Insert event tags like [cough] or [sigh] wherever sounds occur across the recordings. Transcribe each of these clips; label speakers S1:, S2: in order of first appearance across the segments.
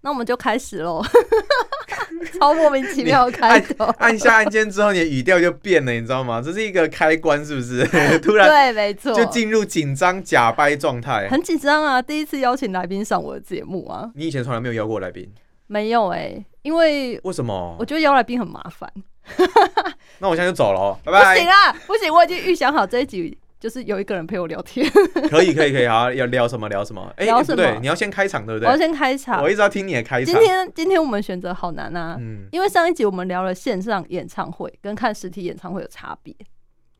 S1: 那我们就开始喽， [laughs] 超莫名其妙的开头。
S2: 按下按键之后，你的语调就变了，你知道吗？这是一个开关，是不
S1: [laughs]
S2: 是？突然
S1: 对，没错，
S2: 就进入紧张假掰状态。
S1: 很紧张啊！第一次邀请来宾上我的节目啊，
S2: 你以前从来没有邀过来宾，
S1: 没有哎、因为
S2: 为什么
S1: 我？觉得邀来宾很麻烦。
S2: 那我现在就走了哦，拜
S1: 不行
S2: 拜。
S1: 啊，不行，我已经预想好这一集就是有一个人陪我聊天，
S2: 可以可以可以，好，要聊什么聊什么。哎、
S1: 聊
S2: 哎
S1: 什
S2: 不
S1: 么
S2: 对，你要先开场，对不
S1: 我要
S2: 对？
S1: 先开场
S2: 我。一直要听你的开
S1: 今
S2: 场。
S1: 天今天我们选择好难啊，
S2: 嗯，
S1: 因为上一集我们聊了线上演唱会跟看实体演唱会有差别。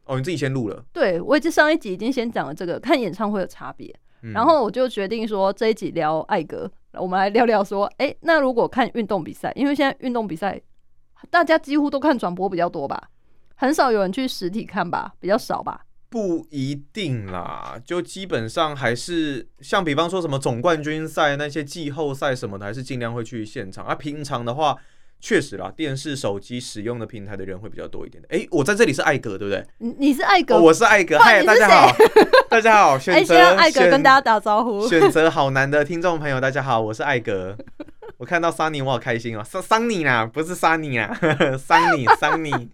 S2: 哦，你自己先录了。
S1: 对，我已经上一集已经先讲了这个看演唱会有差别，
S2: 嗯、
S1: 然后我就决定说这一集聊艾格，我们来聊聊说，哎、那如果看运动比赛，因为现在运动比赛大家几乎都看转播比较多吧，很少有人去实体看吧，比较少吧。
S2: 不一定啦，就基本上还是像比方说什么总冠军赛那些季后赛什么的，还是尽量会去现场。啊，平常的话，确实啦，电视、手机使用的平台的人会比较多一点的。哎、我在这里是艾格，对不对？
S1: 你你是艾格，
S2: 哦、我是艾格，
S1: 哇
S2: 嗨，
S1: 你
S2: 大
S1: 是
S2: 家好，大家好，选
S1: [laughs] 哎，
S2: 择
S1: 先让艾格
S2: 选
S1: 跟大家打招呼。
S2: 选择好难的听众朋友，大家好，我是
S1: [laughs]
S2: 艾格。我看到桑尼，我好开心哦，桑桑尼啦，不是啊桑 [laughs] 尼啦，桑尼桑
S1: [laughs]
S2: 尼，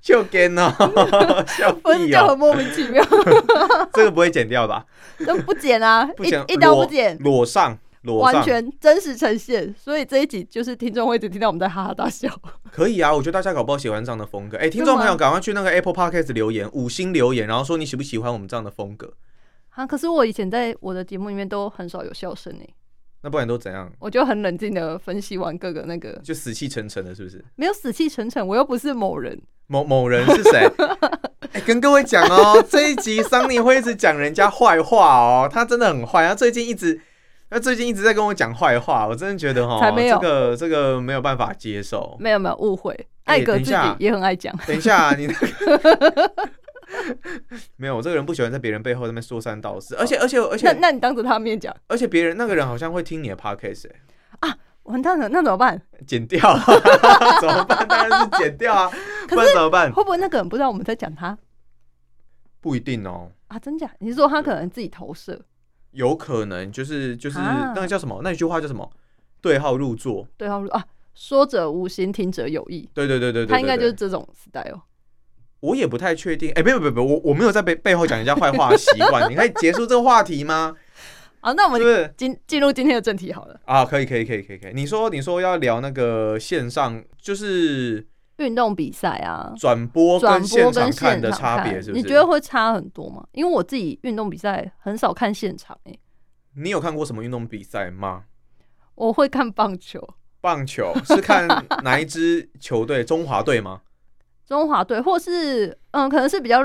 S2: 就跟哦，笑
S1: 不是
S2: 屁
S1: 就很
S2: 哦，
S1: 莫名其
S2: [laughs]
S1: 妙，
S2: 这个不会剪掉吧？
S1: 都不剪啊，
S2: 不
S1: 一
S2: 剪，
S1: 一刀
S2: 裸
S1: 不剪，
S2: 裸上，裸
S1: 完
S2: 上，
S1: 全真实呈现。所以这一集就是听众会一直听到我们在哈哈大笑。 [laughs]
S2: 可以啊，我觉得大家搞不好喜欢这样的风格。哎、听
S1: 真
S2: 众
S1: 的吗
S2: 朋友，赶快去那个 Apple Podcast 留言，五星留言，然后说你喜不喜欢我们这样的风格？
S1: 啊，可是我以前在我的节目里面都很少有笑声诶，
S2: 那不然都怎样？
S1: 我就很冷静的分析完各个那个，
S2: 就死气沉沉的，是不是？
S1: 没有死气沉沉，我又不是某人，
S2: 某某人是
S1: [laughs]
S2: 谁？哎、跟各位讲哦，这一集桑尼会一直讲人家坏话哦，他真的很坏，他最近一直，他最近一直在跟我讲坏话，我真的觉得哦，
S1: 才没有
S2: 这个这个没有办法接受。
S1: 没有没有误会，
S2: 哦哎
S1: 艾格
S2: 等一
S1: 自己
S2: 下
S1: 也很爱讲，
S2: [laughs] 等一下，你那个 [laughs] 没有，我这个人不喜欢在别人背后那边说三道四，而且而且而
S1: 那
S2: 且
S1: 那你当着他面讲，
S2: 而且别人那个人好像会听你的 podcast，、欸、
S1: 完蛋了，那怎么办？
S2: 剪掉啊 [laughs] 怎么办？当然是剪掉啊，不然怎么办？
S1: 会不会那个人不知道我们在讲他
S2: 不一定哦。
S1: 啊？真假？你是说他可能自己投射？
S2: 有可能就是就是
S1: 啊
S2: 那个叫什么？那一句话叫什么？对号入座。
S1: 对号入啊，说者无心，听者有意，
S2: 对对对对对
S1: 他应该
S2: 对
S1: 就
S2: 对
S1: 是这种哦 style。
S2: 我也不太确定。哎、没有没有没有，我我没有在背背后讲人家坏话的习惯。你可以结束这个话题吗？
S1: 好，那我
S2: 是
S1: 们
S2: 不是？
S1: 进进入今天的正题好了，
S2: 啊，可以可以可以可以可以。你说你说要聊那个线上就是
S1: 运动比赛啊，
S2: 转播
S1: 转播
S2: 跟现
S1: 跟
S2: 场
S1: 现
S2: 看
S1: 场
S2: 的差别，是不
S1: 你
S2: 是？
S1: 觉得？会差很多吗？因为我自己运动比赛很少看现场、欸，
S2: 你有看过什么运动比赛吗？
S1: 我会看棒球，
S2: 棒 [laughs] 球是看哪一支球队？中华队吗？
S1: 中华队，或是嗯，可能是比较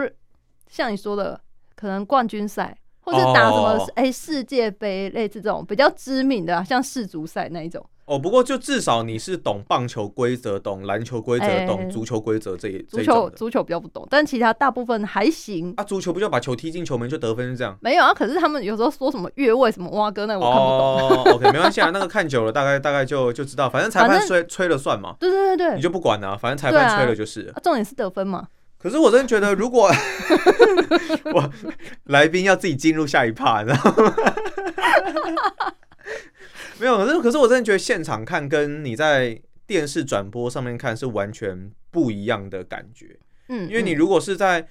S1: 像你说的，可能冠军赛，或是打什么
S2: 哦
S1: 哎、世界杯类似这种比较知名的、啊，像世足赛那一种，
S2: 哦，不过就至少你是懂棒球规则、懂篮球规则、
S1: 哎
S2: 懂足球规则这一这
S1: 足
S2: 一种
S1: 球
S2: 的。
S1: 足球比较不懂，但其他大部分还行。
S2: 啊，足球不就把球踢进球门就得分是这样？
S1: 没有啊，可是他们有时候说什么越位什么蛙哥，那个我看不懂。
S2: 哦，OK，没关系啊，那个看久了大概大概就就知道，反正裁
S1: 反
S2: 判
S1: 正
S2: 吹吹了算嘛，
S1: 对对对
S2: 你
S1: 对，
S2: 就不管了、反正裁
S1: 对啊
S2: 判吹了就是了。
S1: 啊重点是得分嘛。
S2: 可是我真的觉得，如果我来宾要自己进入下一趴， [laughs] 你知道吗？没有，可是可是我真的觉得现场看跟你在电视转播上面看是完全不一样的感觉。
S1: 嗯，
S2: 因为你
S1: 嗯
S2: 如果是在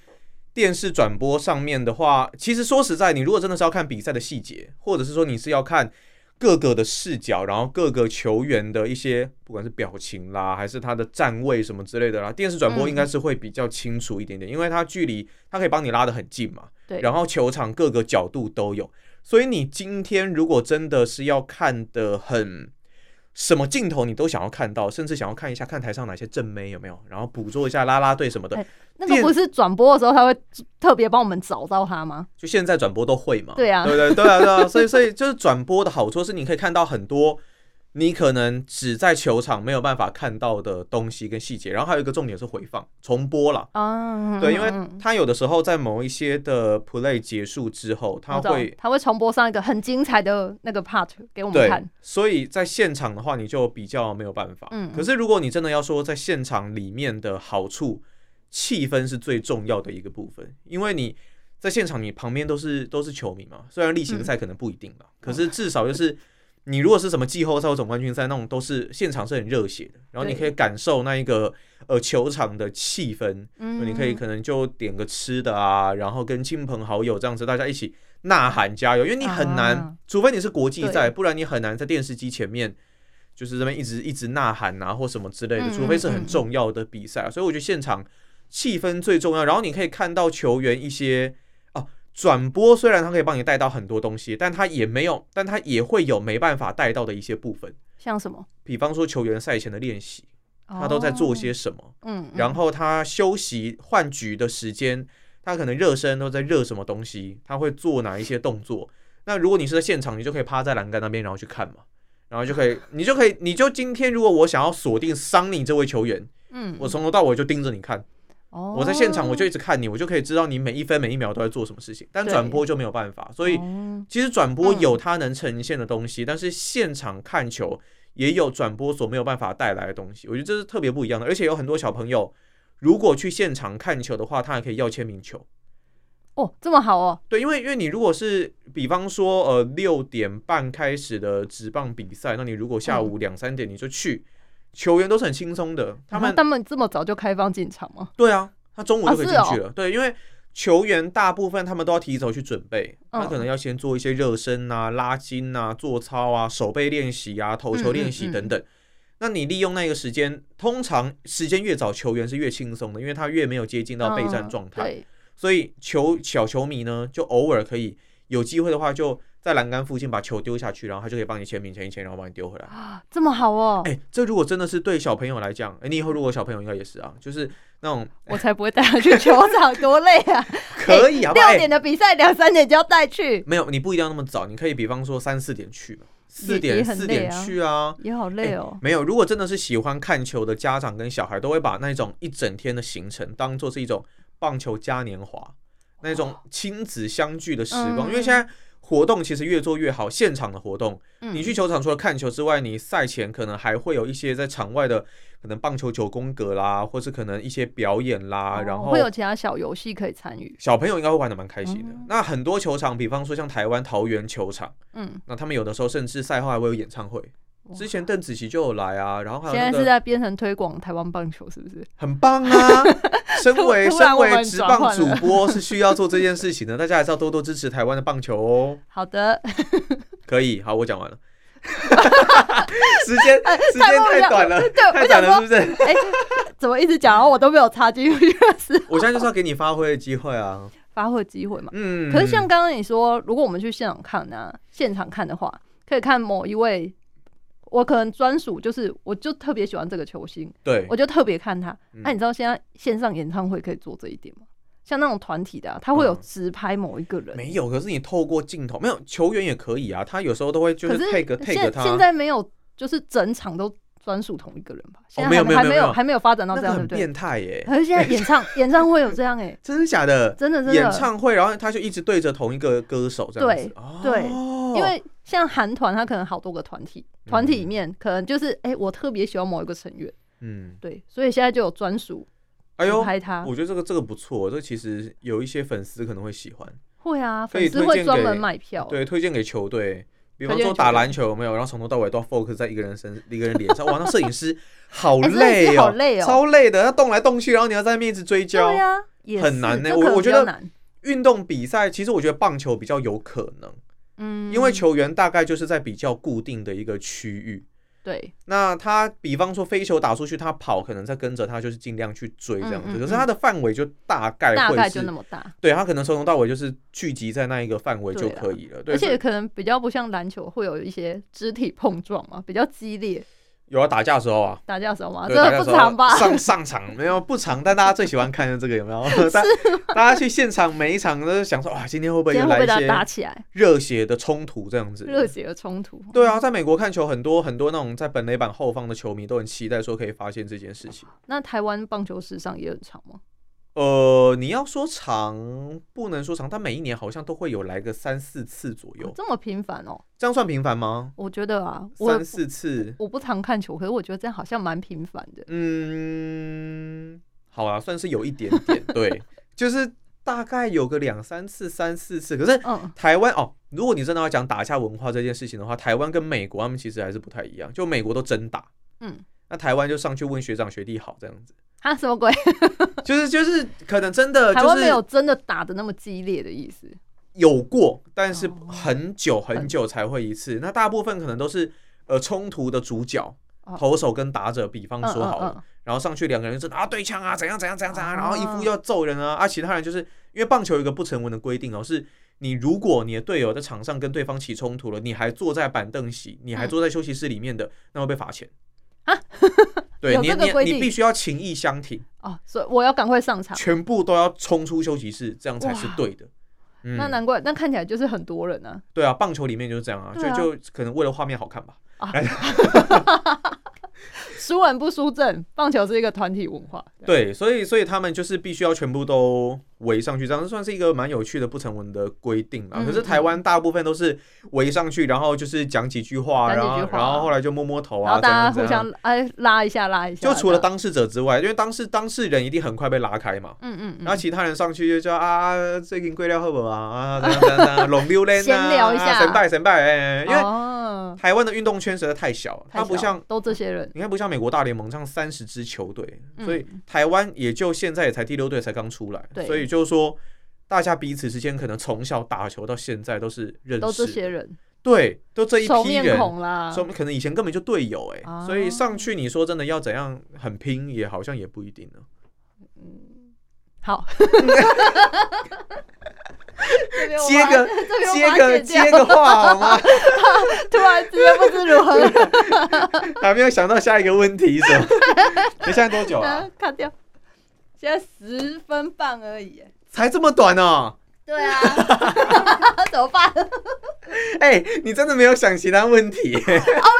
S2: 电视转播上面的话，其实说实在，你如果真的是要看比赛的细节，或者是说你是要看各个的视角，然后各个球员的一些不管是表情啦，还是他的站位什么之类的啦，电视转播
S1: 嗯
S2: 应该是会比较清楚一点点，因为它距离它可以帮你拉得很近嘛。
S1: 对
S2: 然后球场各个角度都有，所以你今天如果真的是要看的很。什么镜头你都想要看到，甚至想要看一下看台上哪些正妹有没有，然后捕捉一下啦啦队什么的，
S1: 那个
S2: 电
S1: 不是转播的时候他会特别帮我们找到他吗？
S2: 就现在转播都会嘛，
S1: 对啊
S2: 对不对对啊对啊，所以所以就是转播的好处是，你可以看到很多你可能只在球场没有办法看到的东西跟细节，然后还有一个重点是回放重播啦，
S1: 啊，
S2: 对，因为
S1: 嗯嗯嗯
S2: 它有的时候在某一些的 play 结束之后，它
S1: 我知道
S2: 会
S1: 他会重播上一个很精彩的那个 part 给我们
S2: 对
S1: 看。，
S2: 所以在现场的话，你就比较没有办法。
S1: 嗯
S2: 可是如果你真的要说在现场里面的好处，气氛是最重要的一个部分，因为你
S1: 嗯
S2: 在现场，你旁边都是都是球迷嘛，虽然例行赛可能不一定啦，可是至少就是你如果是什么季后赛或总冠军赛那种，都是现场是很热血的，然后你
S1: 对
S2: 可以感受那一个呃球场的气氛，
S1: 嗯
S2: 你可以可能就点个吃的啊，然后跟亲朋好友这样子大家一起呐喊加油，因为你很难，
S1: 啊
S2: 除非你是国际赛，
S1: 对
S2: 不然你很难在电视机前面就是这边一直一直呐喊啊或什么之类的，
S1: 嗯
S2: 除非是
S1: 嗯
S2: 很
S1: 嗯
S2: 重要的比赛啊、所以我觉得现场气氛最重要，然后你可以看到球员一些。哦转播虽然它可以帮你带到很多东西，但它也没有，但它也会有没办法带到的一些部分，
S1: 像什么，
S2: 比方说球员赛前的练习，他都在做些什么，
S1: 哦，嗯，嗯
S2: 然后他休息换局的时间，他可能热身都在热什么东西，他会做哪一些动作。那如果你是在现场，你就可以趴在栏杆那边，然后去看嘛，然后就可以，你就可以，你就今天如果我想要锁定桑尼这位球员，
S1: 嗯，
S2: 我从头到尾就盯着你看，
S1: 哦
S2: 我在现场我就一直看你，我就可以知道你每一分每一秒都在做什么事情。但
S1: 对
S2: 转播就没有办法，所以
S1: 哦
S2: 其实转播有它能呈现的东西，但是现场看球也有转播所没有办法带来的东西。我觉得这是特别不一样的，而且有很多小朋友如果去现场看球的话，他还可以要签名球。
S1: 哦这么好哦，
S2: 对，因为因为你如果是比方说呃六点半开始的职棒比赛，那你如果下
S1: 嗯
S2: 午两三点你就去，球员都是很轻松的，他们
S1: 啊他们这么早就开放进场吗？
S2: 对啊，他中午
S1: 啊
S2: 就可以
S1: 是
S2: 进去了。对，因为球员大部分他们都要提早去准备，
S1: 嗯
S2: 他可能要先做一些热身啊、拉筋啊、做操啊、手背练习啊、投球
S1: 嗯
S2: 练
S1: 嗯
S2: 习
S1: 嗯
S2: 等等。那你利用那个时间，通常时间越早，球员是越轻松的，因为他越没有接近到备战
S1: 嗯
S2: 状态。
S1: 对，
S2: 所以球小球迷呢，就偶尔可以有机会的话，就在栏杆附近把球丢下去，然后他就可以帮你签名签一签，然后帮你丢回来。
S1: 这么好哦，
S2: 哎、这如果真的是对小朋友来讲，哎、你以后如果小朋友应该也是啊，就是那种
S1: 我才不会带他去球场，多累啊！
S2: [laughs] 可以好不好？
S1: [laughs] 六
S2: 哎
S1: 点的比赛，两三点就要带去，
S2: 没有，你不一定要那么早，你可以比方说三四点去嘛，四
S1: 也
S2: 点
S1: 很
S2: 四
S1: 累
S2: 点
S1: 啊
S2: 去啊。
S1: 也好累哦。
S2: 没有，如果真的是喜欢看球的家长跟小孩，都会把那种一整天的行程当做是一种棒球嘉年华，那种亲子相聚的时光。
S1: 哦嗯
S2: 因为现在活动其实越做越好，现场的活动，
S1: 嗯
S2: 你去球场除了看球之外，你赛前可能还会有一些在场外的可能棒球九宫格啦，或是可能一些表演啦，
S1: 哦
S2: 哎啊然后
S1: 会有其他小游戏可以参与。
S2: 小朋友应该会玩的蛮开心的。
S1: 嗯
S2: 那很多球场，比方说像台湾桃园球场，
S1: 嗯，
S2: 那他们有的时候甚至赛后还会有演唱会。
S1: 哇
S2: 之前邓紫棋就有来啊，然后还
S1: 现
S2: 有那
S1: 在是
S2: 个
S1: 在变成推广台湾棒球，是不是？
S2: 很棒啊。身为
S1: 突然
S2: 身
S1: 我们
S2: 为职
S1: 转
S2: 棒
S1: 换
S2: 主
S1: 了
S2: 播是需要做这件事情的，大家还是要多多支持台湾的棒球哦。
S1: 好的，
S2: 可以，好，我讲完了。 [laughs] 时间时
S1: 哎太
S2: 间
S1: 棒了
S2: 太短
S1: [laughs]
S2: 了，
S1: 对，
S2: 太
S1: 我
S2: 短
S1: 想
S2: 了，是
S1: 说
S2: 不是？
S1: 怎么一直讲，然后我都没有插进去， [laughs] 是
S2: 我现在就是要给你发挥的机会啊。
S1: 发挥机会嘛？
S2: 嗯，
S1: 可是像刚刚你说，如果我们去现场看呢、现场看的话，可以看某一位，我可能专属就是，我就特别喜欢这个球星，
S2: 对
S1: 我就特别看他。
S2: 嗯
S1: 那、你知道现在线上演唱会可以做这一点吗？像那种团体的、啊，他会有
S2: 嗯
S1: 直拍某一个人，
S2: 没有，可是你透过镜头没有球员也可以啊，他有时候都会就
S1: 可
S2: take take
S1: 现
S2: 他。
S1: 现在没有，就是整场都专属同一个人吧？现在
S2: 没有
S1: 还还没
S2: 没有没有没有
S1: 还没有发展到
S2: 那
S1: 这
S2: 个
S1: 样，对
S2: 很
S1: 不对？
S2: 变态耶，
S1: 可是现在演
S2: [laughs]
S1: 唱演唱会有这样哎、
S2: 真的假的？
S1: 真的真的，
S2: 演唱会，然后他就一直对着同一个歌手这样子，
S1: 对
S2: 哦、
S1: 因为像韩团，它可能好多个团体，团体里面可能就是哎、我特别喜欢某一个成员，
S2: 嗯，
S1: 对，所以现在就有专属
S2: 哎呦，
S1: 拍他，
S2: 我觉得这个这个不错，这其实有一些粉丝可能会喜欢，
S1: 会啊，
S2: 可以
S1: 粉丝
S2: 推
S1: 会
S2: 荐
S1: 专
S2: 给
S1: 门买票，
S2: 对，推荐给球队。比方
S1: 推荐
S2: 说
S1: 给球
S2: 打
S1: 队
S2: 篮球有没有？然后从头到尾都要 focus 在一个人身、 [laughs] 一个人脸上，哇，那摄影师
S1: [laughs]
S2: 好
S1: 哎真的是
S2: 累哦，
S1: 好累哦
S2: 超累的，要动来动去，然后你要在那边一直追焦。
S1: 对呀、啊，也
S2: 很
S1: 是
S2: 难呢
S1: 这
S2: 我
S1: 可能
S2: 我觉
S1: 比较
S2: 得
S1: 难，
S2: 运动比赛其实我觉得棒球比较有可能，
S1: 嗯，
S2: 因为球员大概就是在比较固定的一个区域，
S1: 对
S2: 那他比方说飞球打出去，他跑可能在跟着他，就是尽量去追这样子。
S1: 嗯嗯嗯
S2: 可是他的范围就大概
S1: 大
S2: 会
S1: 概
S2: 是，
S1: 就那么大，
S2: 对他可能从头到尾就是聚集在那一个范围就
S1: 对啊
S2: 可以了。对，
S1: 而
S2: 所
S1: 且
S2: 以
S1: 可能比较不像篮球会有一些肢体碰撞嘛，比较激烈，
S2: 有要打架的时候啊，
S1: 打架手嘛，
S2: 对
S1: 这
S2: 打架的
S1: 个
S2: 时
S1: 不
S2: 候
S1: 长吧？
S2: 上上场没有不长，但大家最喜欢看的这个有
S1: [laughs]
S2: 没有？大大家去现场每一场都想说哇，今天会不
S1: 今
S2: [laughs] 会又
S1: 天会
S2: 来
S1: 被
S2: 一
S1: 他打
S2: 些
S1: 起来，
S2: 热血的冲突这样子？
S1: 热血的冲突，
S2: 对啊，在美国看球，很多很多那种在本垒板后方的球迷都很期待说可以发现这件事情。
S1: 那台湾棒球史上也很长吗？
S2: 呃，你要说长不能说长，但每一年好像都会有来个三四次左右，
S1: 哦这么频繁哦，
S2: 这样算频繁吗？
S1: 我觉得啊，我
S2: 三四次，
S1: 我不常看球，可是我觉得这样好像蛮频繁
S2: [laughs]
S1: 的。
S2: 嗯，好啊，算是有一点
S1: [laughs]
S2: 点，对，就是大概有个两三次、三四次。可是
S1: 嗯，
S2: 台湾哦，如果你真的要讲打架文化这件事情的话，台湾跟美国他们其实还是不太一样，就美国都真打，
S1: 嗯，
S2: 那台湾就上去问学长学弟好这样子，
S1: 啊，什么鬼？
S2: 就是就是可能真的
S1: 台湾
S2: 呃就
S1: 没
S2: 是
S1: 有真的打的那么激烈的意思。
S2: 有过，但是
S1: 哦
S2: 很久很久才会一次，那大部分可能都是呃冲突的主角
S1: 哦。
S2: 投手跟打者，比方
S1: 嗯
S2: 说好了，
S1: 嗯
S2: 然后上去两个人就啊对枪啊，怎样怎样怎样怎样，
S1: 哦
S2: 然后一副要揍人啊，啊其他人就是因为棒球有一个不成文的规定哦，是你如果你的队友在场上跟对方起冲突了，你还坐在板凳席，你还坐在休息室里面的，那会被罚钱 [laughs] 啊。对
S1: 嗯有
S2: 你
S1: 这个规
S2: 你
S1: 定
S2: 你必须要情义相挺，
S1: 嗯哦，所以我要赶快上场。
S2: 全部都要冲出休息室，这样才是
S1: 哇
S2: 对的。嗯
S1: 那难怪，那看起来就是很多人啊。
S2: 对啊，棒球里面就是这样啊，
S1: 对啊
S2: 就就可能为了画面好看吧。
S1: 输人不输阵，棒球是一个团体文化。
S2: 对，所以所以他们就是必须要全部都围上去，这样算是一个蛮有趣的不成文的规定啊。
S1: 嗯
S2: 可是台湾大部分都是围上去，然后就是讲几句话，
S1: 讲
S2: 然
S1: 几
S2: 后
S1: 句话
S2: 然后后来就摸摸头
S1: 然
S2: 啊，
S1: 后大家
S2: 怎
S1: 互
S2: 样怎样
S1: 相哎拉一下拉一下。
S2: 就除了
S1: 这样，
S2: 当事者之外，因为当事当事人一定很快被拉开嘛。
S1: 嗯嗯
S2: 然后
S1: 嗯，
S2: 其他人上去就叫啊，最近贵料好不好啊？啊，怎样怎样怎样， [laughs] 龙溜嘞
S1: 闲聊一下
S2: 神拜神拜，哎，因为
S1: 哦，
S2: 台湾的运动圈实在太小了，它不
S1: 太小
S2: 像
S1: 都这些人，
S2: 你看，不像美国大联盟这样三十支球队，
S1: 嗯
S2: 所以台湾也就现在也才第六队才刚出来，
S1: 对
S2: 所以就是说，大家彼此之间可能从小打球到现在都是认识，
S1: 都这些人，
S2: 对，都这一
S1: 熟
S2: 批
S1: 面
S2: 人，
S1: 孔啦。
S2: 说可能以前根本就队友哎、
S1: 啊
S2: 所以上去你说真的要怎样很拼，也好像也不一定呢。
S1: 好，
S2: [laughs]
S1: 这边我
S2: 接
S1: 把
S2: 个
S1: [laughs] 这边我把
S2: 接
S1: 它
S2: 个
S1: 剪掉
S2: 接个话好吗？ [laughs]
S1: 突然之间不知如何
S2: 还没有想到下一个问题是吗？ [laughs] 你现在多
S1: [laughs]
S2: 久啊？
S1: 卡掉，现在十分半而已。
S2: 才这么短哦、
S1: 对啊， [laughs] 怎么办？我
S2: 哎、你真的没有想其他问题、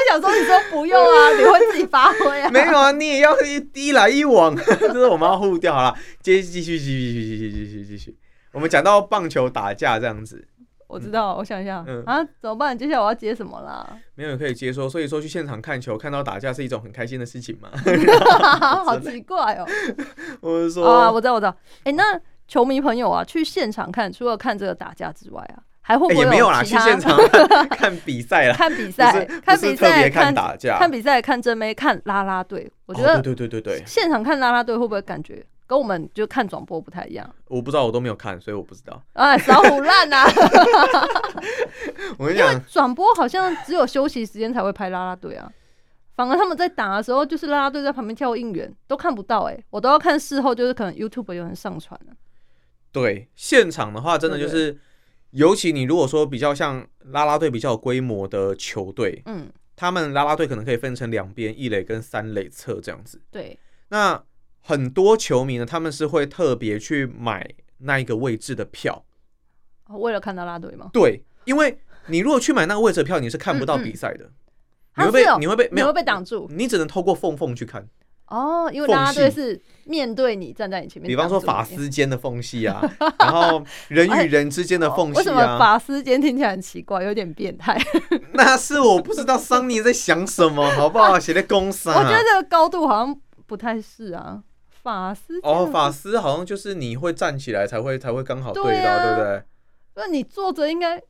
S1: 想说，你说不用 [laughs] 啊，你会自己发挥啊。
S2: [laughs] 没有啊，你也要一一来一往， [laughs] 这是我们要互掉好了。接继续继续继续继续继续继续，我们讲到棒球打架这样子，
S1: 我知道，我想一下、
S2: 嗯
S1: 啊，怎么办？接下来我要接什么
S2: [laughs]
S1: 啦？
S2: 没有人可以接受，所以说去现场看球看到打架是一种很开心的事情嘛。
S1: [laughs] 好奇怪哦、
S2: 哦我是
S1: 啊，
S2: 说，
S1: 我知道，我知道。哎、那球迷朋友啊，去现场看，除了看这个打架之外啊，还会
S2: 哎
S1: 不会
S2: 也没有啦，
S1: 其
S2: 去
S1: 他
S2: 现 [laughs] 场看看比赛
S1: [laughs]
S2: 啦，
S1: 看比赛
S2: 不是、
S1: 看
S2: 不是
S1: 比
S2: 特
S1: 赛、
S2: 别看打架
S1: 看比赛、看真妹、看啦啦队？我觉
S2: 哦
S1: 得
S2: 对对对对对，
S1: 现场看啦啦队会不会感觉跟我们就看转播不太一样？
S2: 我不知道，我都没有看，所以我不知道。
S1: 哎，老虎烂
S2: [laughs]
S1: 啊！
S2: 我跟你讲，
S1: 转播好像只有休息时间才会拍啦啦队啊，反而他们在打的时候，就是啦啦队在旁边跳应援，都看不到哎、我都要看事后，就是可能 YouTube 有人上传啊了、
S2: 对现场的话，真的就是，尤其你如果说比较像啦啦队比较有规模的球队，
S1: 嗯，
S2: 他们啦啦队可能可以分成两边一垒跟三垒侧这样子。
S1: 对，
S2: 那很多球迷呢，他们是会特别去买那一个位置的票，
S1: 哦为了看啦啦队吗？
S2: 对，因为你如果去买那个位置的票，你是看不到
S1: 嗯嗯
S2: 比赛的，你
S1: 啊
S2: 会被、
S1: 是哦
S2: 你会被没
S1: 你会
S2: 有嗯
S1: 被挡住
S2: 你只能透过缝缝去看，
S1: 哦，因为啦啦队
S2: 缝隙
S1: 是面对你站在你前面，
S2: 比方说
S1: 挡
S2: 法
S1: 住你。
S2: 丝间的缝隙啊， [laughs] 然后人与人之间的缝
S1: 哎为
S2: 隙
S1: 什么
S2: 啊，
S1: 法师今天听起来很奇怪，有点变态？
S2: 那 [laughs] 是我不知道桑尼在想什
S1: [laughs]
S2: 么，好不好？写的公司
S1: 我
S2: 啊
S1: 觉得这个高度好像不太是啊。法师
S2: 哦，
S1: 间的
S2: 法师好像就是你会站起来才会才会刚好对到，
S1: 对啊
S2: 对不对？
S1: 那你坐着应该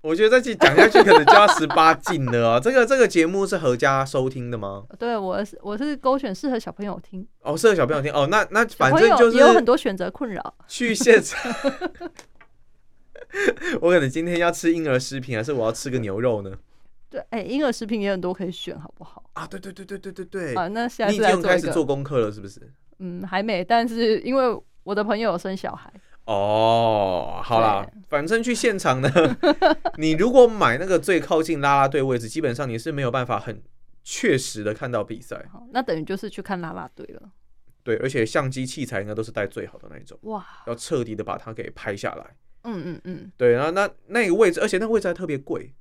S2: 我觉得再去讲下去可能就要十八禁了 [laughs] 哦。这个这个节目是合家收听的吗？
S1: 对我是我是勾选适合小朋友听，
S2: 哦，适合小朋友听哦。那那
S1: 小
S2: 反
S1: 朋
S2: 正就
S1: 友也有很
S2: 是
S1: 多选择困扰。
S2: 去现场。 [laughs] 我可能今天要吃婴儿食品，还是我要吃个牛肉呢？
S1: 对，哎、婴儿食品也很多可以选，好不好？
S2: 啊，对对对对对对对。
S1: 啊，那下
S2: 哎你
S1: 一
S2: 已
S1: 次来
S2: 经
S1: 做
S2: 开
S1: 一
S2: 始
S1: 个，
S2: 做功课了，是不是？
S1: 嗯，还没，但是因为我的朋友有生小孩，
S2: 哦，好啦，反正去现场呢， [laughs] 你如果买那个最靠近啦啦队位置，基本上你是没有办法很确实的看到比赛。
S1: 好那等于就是去看啦啦队了。
S2: 对，而且相机器材应该都是带最好的那一种。
S1: 哇，
S2: 要彻底的把它给拍下来。
S1: 嗯嗯嗯，
S2: 对，然后那那个位置，而且那个位置还特别贵，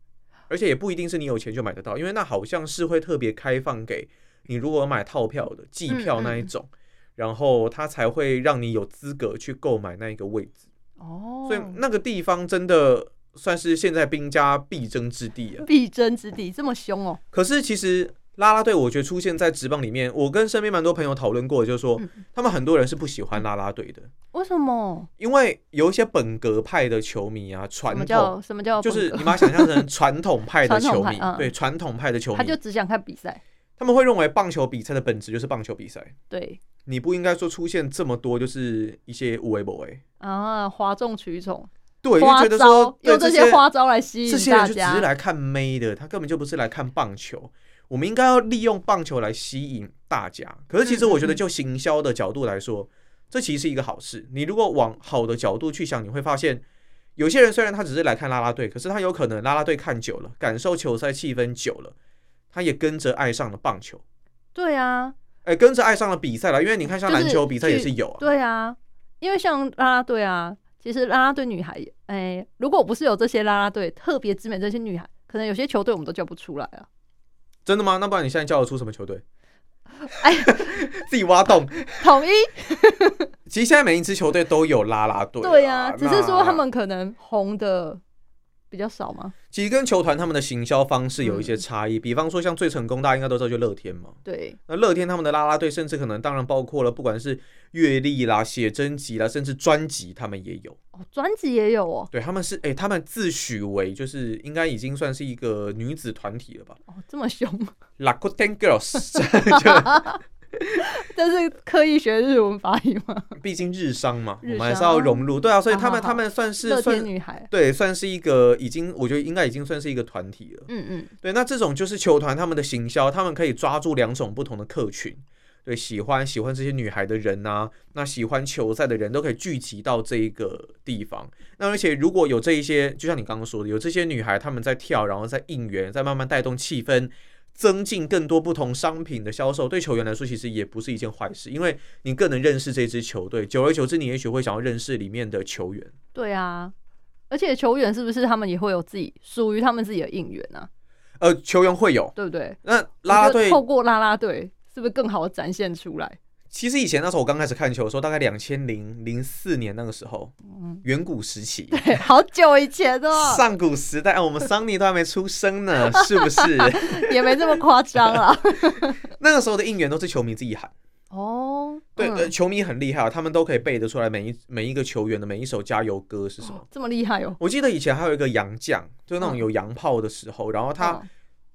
S2: 而且也不一定是你有钱就买得到，因为那好像是会特别开放给你，如果买套票的季
S1: 嗯
S2: 票那一种，然后它才会让你有资格去购买那一个位置。
S1: 哦，
S2: 所以那个地方真的算是现在兵家必争之地啊。
S1: 必争之地这么凶哦，
S2: 可是其实。啦啦队，我觉得出现在职棒里面，我跟身边蛮多朋友讨论过，就是
S1: 嗯
S2: 说他们很多人是不喜欢啦啦队的，
S1: 为什么？
S2: 因为有一些本格派的球迷
S1: 什
S2: 啊，
S1: 么
S2: 传统
S1: 叫什么叫
S2: 就是
S1: 风
S2: 你
S1: 格
S2: 把它想象成传统派的
S1: 哦传统
S2: 球
S1: 派
S2: 迷，
S1: 嗯
S2: 对传统派的球迷，
S1: 他就只想看比赛，
S2: 他们会认为棒球比赛的本质就是棒球比赛，
S1: 对
S2: 你不应该说出现这么多就是一些无为不为，
S1: 啊，哗众取宠，
S2: 对，就
S1: 花
S2: 觉得说
S1: 招
S2: 对
S1: 用
S2: 这
S1: 些花招来吸
S2: 这
S1: 引
S2: 些人
S1: 大
S2: 就只是
S1: 家，
S2: 来看妹的，他根本就不是来看棒球。我们应该要利用棒球来吸引大家。可是其实我觉
S1: 嗯嗯
S2: 得，
S1: 嗯嗯
S2: 就行销的角度来说，这其实是一个好事。你如果往好的角度去想，你会发现，有些人虽然他只是来看啦啦队，可是他有可能啦啦队看久了，感受球赛气氛久了，他也跟着爱上了棒球，
S1: 对啊，
S2: 哎、跟着爱上了比赛了。因为你看，像
S1: 就是
S2: 篮球比赛也
S1: 去
S2: 是有啊，
S1: 对啊，因为像啦啦队啊，其实啦啦队女孩也，哎、如果不是有这些啦啦队特别知名这些女孩，可能有些球队我们都叫不出来
S2: [laughs]
S1: 啊。
S2: 真的吗？那不然你现在叫得出什么球队？
S1: [laughs] 哎，
S2: [laughs] 自己挖洞。
S1: 统一
S2: 其实现在每一支球队都有啦啦队啦，
S1: 对啊，只是说
S2: 那
S1: 他们可能红的比较少嘛。
S2: 其实跟球团他们的行销方式
S1: 嗯
S2: 有一些差异，比方说像最成功，大家应该都知道就乐天嘛。
S1: 对，
S2: 那乐天他们的啦啦队，甚至可能当然包括了不管是阅历啦、写真集啦，甚至专辑，他们也有。
S1: 哦，专辑也有哦，
S2: 对，他们是哎、他们自诩为就是应该已经算是一个女子团体
S1: [laughs]
S2: 了吧
S1: 哦这么凶，
S2: l a k u t e n
S1: [laughs]
S2: Girls，
S1: 这是刻意学日文发音吗？
S2: 就毕竟日商嘛，
S1: 日商
S2: 我们还是要融入。对啊，所以他
S1: 好好
S2: 们
S1: 好
S2: 他们算是
S1: 乐天
S2: 算
S1: 女孩，
S2: 对，算是一个已经我觉得应该已经算是一个团体了。
S1: 嗯嗯，
S2: 对，那这种就是球团他们的行销，他们可以抓住两种不同的客群，对，喜欢喜欢这些女孩的人呐、那喜欢球赛的人都可以聚集到这一个地方。那而且如果有这一些，就像你刚刚说的，有这些女孩她们在跳，然后在应援，在慢慢带动气氛。增进更多不同商品的销售，对球员来说其实也不是一件坏事，因为你更能认识这支球队，久而久之，你也许会想要认识里面的球员。
S1: 对啊。而且球员是不是他们也会有自己属于他们自己的应援啊？
S2: 呃，球员会有，
S1: 对不对？
S2: 那啦啦
S1: 我觉得
S2: 队
S1: 透过啦啦队，是不是更好地展现出来？
S2: 其实以前那时候我刚开始看球的时候，大概两千零零四年那个时候，
S1: 嗯
S2: 远古时期，
S1: 对， [laughs] 好久以前哦，
S2: 上古时代，啊我们桑尼都还没出生
S1: [laughs]
S2: 呢，是不是？
S1: 也没这么夸张啊
S2: [laughs]
S1: 啦。
S2: 那个时候的应援都是球迷自己喊，
S1: 哦，
S2: 对，
S1: 嗯
S2: 呃，球迷很厉害啊，他们都可以背得出来每一每一个球员的每一首加油歌是什么。
S1: 这么厉害哦。
S2: 我记得以前还有一个洋将，就是那种
S1: 嗯
S2: 有洋炮的时候，然后他
S1: 嗯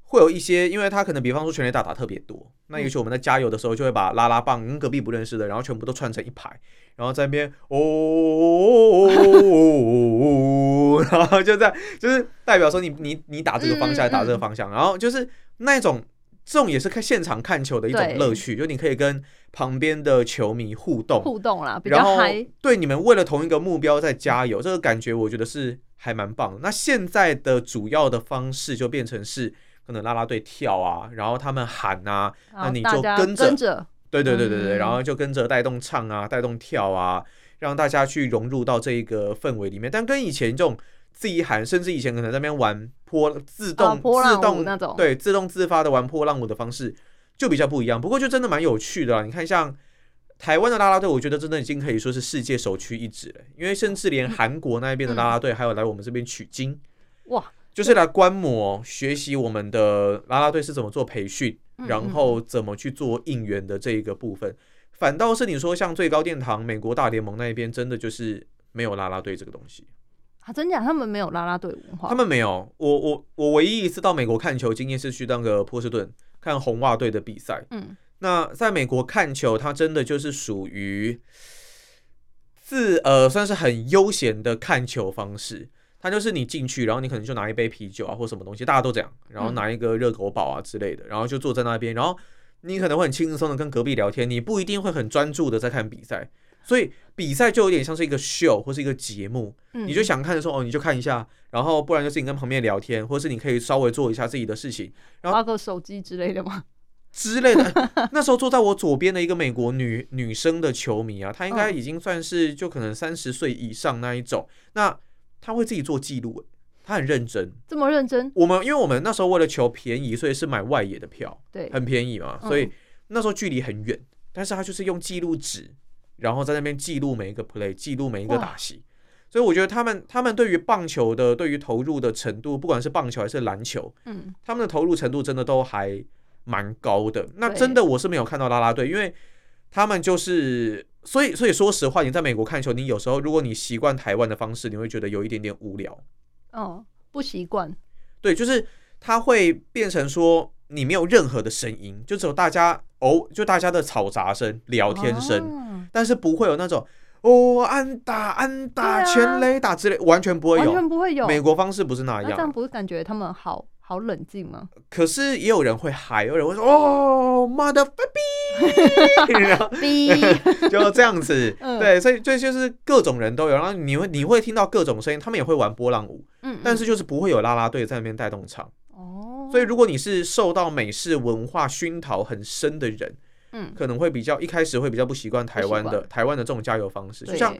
S2: 会有一些，因为他可能比方说全垒打打特别多，那也许我们在加油的时候就会把拉拉棒跟隔壁不认识的，然后全部都串成一排，然后在那边哦哦哦哦，然后就这样，就是代表说你你你打这个方向，打这个方向，然后就是那种这种也是看现场看球的一种乐趣，就你可以跟旁边的球迷互动，
S1: 互动啦，比较
S2: 然后
S1: 嗨。
S2: 对你们为了同一个目标在加油，这个感觉我觉得是还蛮棒的。那现在的主要的方式就变成是。可能啦啦队跳啊，然后他们喊啊，
S1: 然
S2: 那
S1: 后
S2: 你
S1: 大
S2: 就
S1: 家
S2: 跟
S1: 跟
S2: 着
S1: 着，
S2: 对对对对对，
S1: 嗯
S2: 然后就跟着带动唱啊，带动跳啊，让大家去融入到这一个氛围里面。但跟以前这种自己喊，甚至以前可能在那边玩波自动、
S1: 啊波浪舞
S2: 自动
S1: 那种
S2: 对自动自发的玩波浪舞的方式就比较不一样。不过就真的蛮有趣的啦。你看像。台湾的啦啦队，我觉得真的已经可以说是世界首屈一指了，因为甚至
S1: 嗯
S2: 连韩国那边的啦啦队还有来我们这边取经，
S1: 哇，
S2: 就是来观摩学习我们的啦啦队是怎么做培训，
S1: 嗯
S2: 然后怎么去做应援的这一个部分。反倒是你说像最高殿堂、美国大联盟那一边，真的就是没有啦啦队这个东西，
S1: 啊，真假他们没有啦啦队文化，
S2: 他们没有。我我我唯一一次到美国看球经验是去那个波士顿看红袜队的比赛。
S1: 嗯，
S2: 那在美国看球，它真的就是属于自呃算是很悠闲的看球方式。它就是你进去，然后你可能就拿一杯啤酒啊或什么东西，大家都这样，然后拿一个热狗堡啊之类的，然后就坐在那边，然后你可能会很轻松的跟隔壁聊天，你不一定会很专注的在看比赛，所以比赛就有点像是一个秀或是一个节目，
S1: 嗯
S2: 你就想看的时候哦你就看一下，然后不然就是你跟旁边聊天，或是你可以稍微做一下自己的事情，然后
S1: 花个手机之类的吗？ [laughs]
S2: 之类的。 [laughs] 哎那时候坐在我左边的一个美国女女生的球迷啊，她应该
S1: 嗯
S2: 已经算是就可能三十岁以上那一种。那她会自己做记录，哎她很认真。
S1: 这么认真，
S2: 我们因为我们那时候为了求便宜，所以是买外野的票，
S1: 对，
S2: 很便宜嘛，
S1: 嗯
S2: 所以那时候距离很远，但是她就是用记录纸，然后在那边记录每一个 play，记录每一个
S1: 哇
S2: 打戏。所以我觉得他们他们对于棒球的对于投入的程度，不管是棒球还是篮球，
S1: 嗯，
S2: 他们的投入程度真的都还蛮高的。那
S1: 对
S2: 真的我是没有看到啦啦队，因为他们就是，所以所以说实话，你在美国看球，你有时候如果你习惯台湾的方式，你会觉得有一点点无聊。
S1: 嗯，不习惯，
S2: 对，就是它会变成说你没有任何的声音，就只有大家哦，就大家的吵杂声、聊天声，
S1: 啊
S2: 但是不会有那种哦安打、安
S1: 对
S2: 打、
S1: 啊
S2: 全垒打之类，完全不会
S1: 完
S2: 有。
S1: 全不会有。
S2: 美国方式不是那
S1: 那这样
S2: 样，
S1: 不是感觉他们好好冷静
S2: [laughs]
S1: 吗？
S2: 可是也有人会嗨，有人会说哦，mother baby，然 [laughs] 后
S1: 逼，
S2: 就这样子，
S1: 嗯
S2: 对，所以这就是各种人都有，然后你会你会听到各种声音，他们也会玩波浪舞，
S1: 嗯，
S2: 但
S1: 嗯
S2: 是就是不会有啦啦队在那边带动场。
S1: 哦，
S2: 所以，如果你是受到美式文化熏陶很深的人，
S1: 嗯，
S2: 可能会比较一开始会比较不习惯台湾
S1: 不习
S2: 的
S1: 惯
S2: 台湾的这种加油方式，就
S1: 对
S2: 像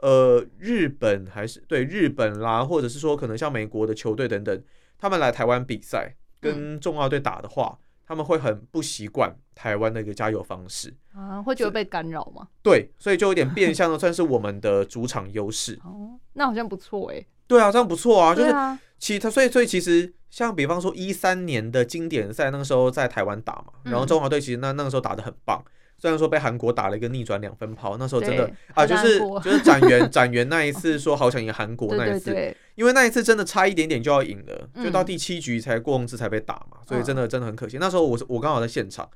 S2: 呃日本还是对日本啦，或者是说可能像美国的球队等等，他们来台湾比赛
S1: 嗯
S2: 跟中澳队打的话，他们会很不习惯台湾的一个加油方式。
S1: 啊，会觉得被干扰吗？
S2: 对，所以就有点变相的算是我们的主场优势。
S1: 哦，那好像不错哎，
S2: 对啊，这样不错啊，就
S1: 对
S2: 是
S1: 啊，
S2: 其他，所以所以其实像比方说一三年的经典赛，那个时候在台湾打嘛，
S1: 嗯
S2: 然后中华队其实那那个时候打的很棒，虽然说被韩国打了一个逆转两分炮，那时候真的
S1: 对
S2: 啊，就
S1: 好像
S2: 是
S1: 韩国
S2: 就是展元展元那一次说好想赢韩国
S1: [laughs] 对
S2: 那一
S1: 对
S2: 次，
S1: 对，
S2: 因为那一次真的差一点点就要赢了，
S1: 嗯
S2: 就到第七局才郭宏志才被打嘛，所以真的真的很可惜。那时候我是我刚好在现场，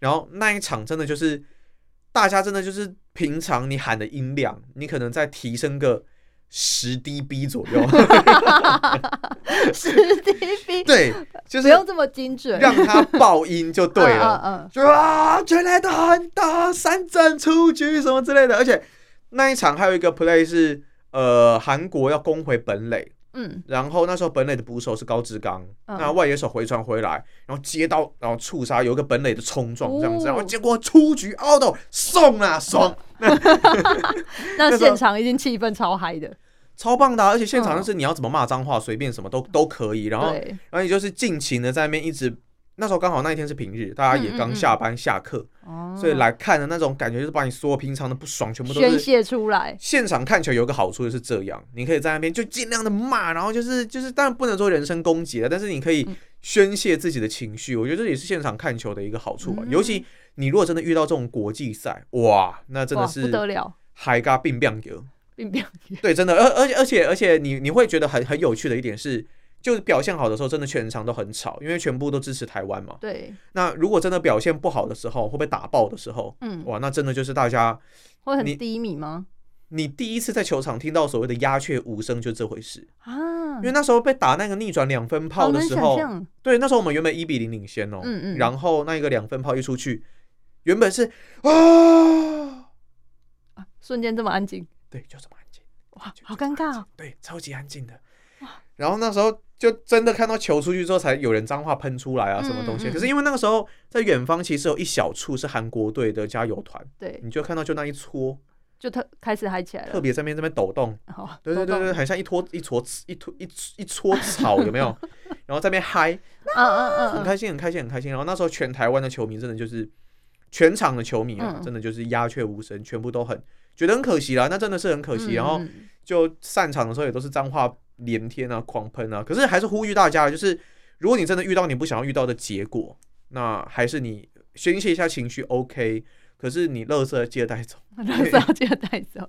S2: 然后那一场真的就是大家真的就是平常你喊的音量，你可能再提升个十 dB 左
S1: [laughs]
S2: 右， [laughs]
S1: 是 DB，
S2: 对，就
S1: 不
S2: 是
S1: 用这么精准，
S2: 让他爆音就对了，
S1: 嗯，嗯
S2: 就啊，全垒打很大，三振出局什么之类的。而且那一场还有一个 play 是，呃，韩国要攻回本垒，
S1: 嗯
S2: 然后那时候本垒的捕手是高志刚，
S1: 嗯
S2: 那外野手回传回来，然后接到然后触杀，有一个本垒的冲撞这样子，
S1: 哦
S2: 然后结果出局 out 送啊爽，
S1: 嗯，那
S2: 那时
S1: 现
S2: 候
S1: 场一定气氛超嗨的，
S2: 超棒的啊、而且现
S1: 嗯
S2: 场就是你要怎么骂脏话，随便什么都都可以，然后
S1: 对，
S2: 然后你就是尽情的在那边一直。那时候刚好那一天是平日，大家也
S1: 嗯嗯
S2: 刚
S1: 嗯
S2: 下班下课，
S1: 哦
S2: 所以来看的那种感觉，就是把你所有平常的不爽全部都
S1: 宣
S2: 是。
S1: 泄出来，
S2: 现场看球有一个好处就是这样，你可以在那边就尽量的骂，然后就是就是，当然不能说人身攻击了，但是你可以
S1: 嗯
S2: 宣泄自己的情绪。我觉得这也是现场看球的一个好处吧。啊
S1: 嗯
S2: 尤其你如果真的遇到这种国际赛，哇，那真
S1: 哇
S2: 的
S1: 不得
S2: 是
S1: 了，
S2: 嗨嘎并并有。
S1: 并不
S2: 对，真的，而而且而且而且你你会觉得很很有趣的一点是，就是表现好的时候，真的全场都很吵，因为全部都支持台湾嘛。
S1: 对，
S2: 那如果真的表现不好的时候，会被打爆的时候，
S1: 嗯，
S2: 哇，那真的就是大家，
S1: 会很
S2: 你
S1: 低迷吗？
S2: 你第一次在球场听到所谓的鸦雀无声，就这回事。
S1: 啊
S2: 因，为那时候被打那个逆转两分
S1: 好
S2: 炮的
S1: 难
S2: 时
S1: 想
S2: 候，
S1: 象，
S2: 对，那时候我们原本一比零领先哦，
S1: 嗯嗯
S2: 然后那一个两分炮一出去，原本是啊，
S1: 瞬间这么安静，
S2: 对，就这么安静，
S1: 哇，
S2: 就
S1: 好
S2: 这
S1: 尴
S2: 么安
S1: 尬
S2: 静
S1: 哦，
S2: 对，超级安静的。然后那时候就真的看到球出去之后，才有人脏话喷出来啊，什么东
S1: 嗯
S2: 西。
S1: 嗯嗯
S2: 可是因为那个时候在远方，其实有一小处是韩国队的加油团，
S1: 对，
S2: 你就看到就那一撮，
S1: 就特开始嗨起来
S2: 特
S1: 了，
S2: 别在那边这边抖动，
S1: 好，
S2: 对对
S1: 都
S2: 对
S1: 懂
S2: 对，，很像一撮一撮一撮一撮一撮草，有
S1: [laughs]
S2: 没有？然后在那边嗨，
S1: 嗯嗯
S2: 很
S1: 嗯嗯，
S2: 开心，很开心，很开心。然后那时候全台湾的球迷真的就是全场的球迷啊，
S1: 嗯
S2: 真的就是鸦雀无声，全部都很觉得很可惜啦，那真的是很可惜。
S1: 嗯
S2: 然后
S1: 嗯嗯
S2: 就散场的时候也都是脏话连天啊，狂喷啊。可是还是呼吁大家，就是如果你真的遇到你不想要遇到的结果，那还是你宣泄一下情绪，OK。可是你乐色记得带走，
S1: [laughs] 垃圾要记得带走，